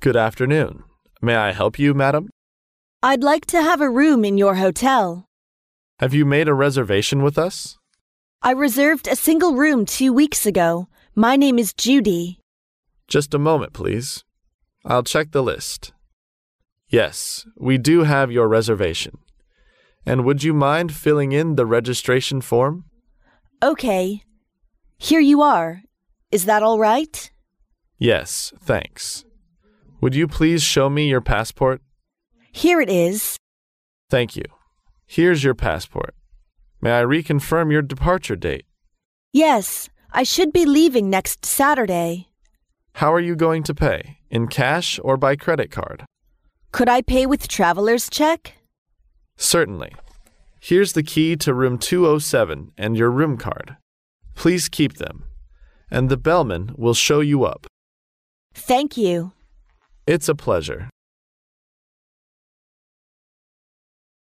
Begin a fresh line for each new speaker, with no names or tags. Good afternoon. May I help you, madam?
I'd like to have a room in your hotel.
Have you made a reservation with us?
I reserved a single room two weeks ago. My name is Judy.
Just a moment, please. I'll check the list. Yes, we do have your reservation. And would you mind filling in the registration form?
Okay. Here you are. Is that all right?
Yes, thanks. Would you please show me your passport?
Here it is.
Thank you. Here's your passport. May I reconfirm your departure date?
Yes, I should be leaving next Saturday.
How are you going to pay? In cash or by credit card?
Could I pay with traveler's check?
Certainly. Here's the key to room 207 and your room card. Please keep them, and the bellman will show you up.
Thank you.
It's a pleasure.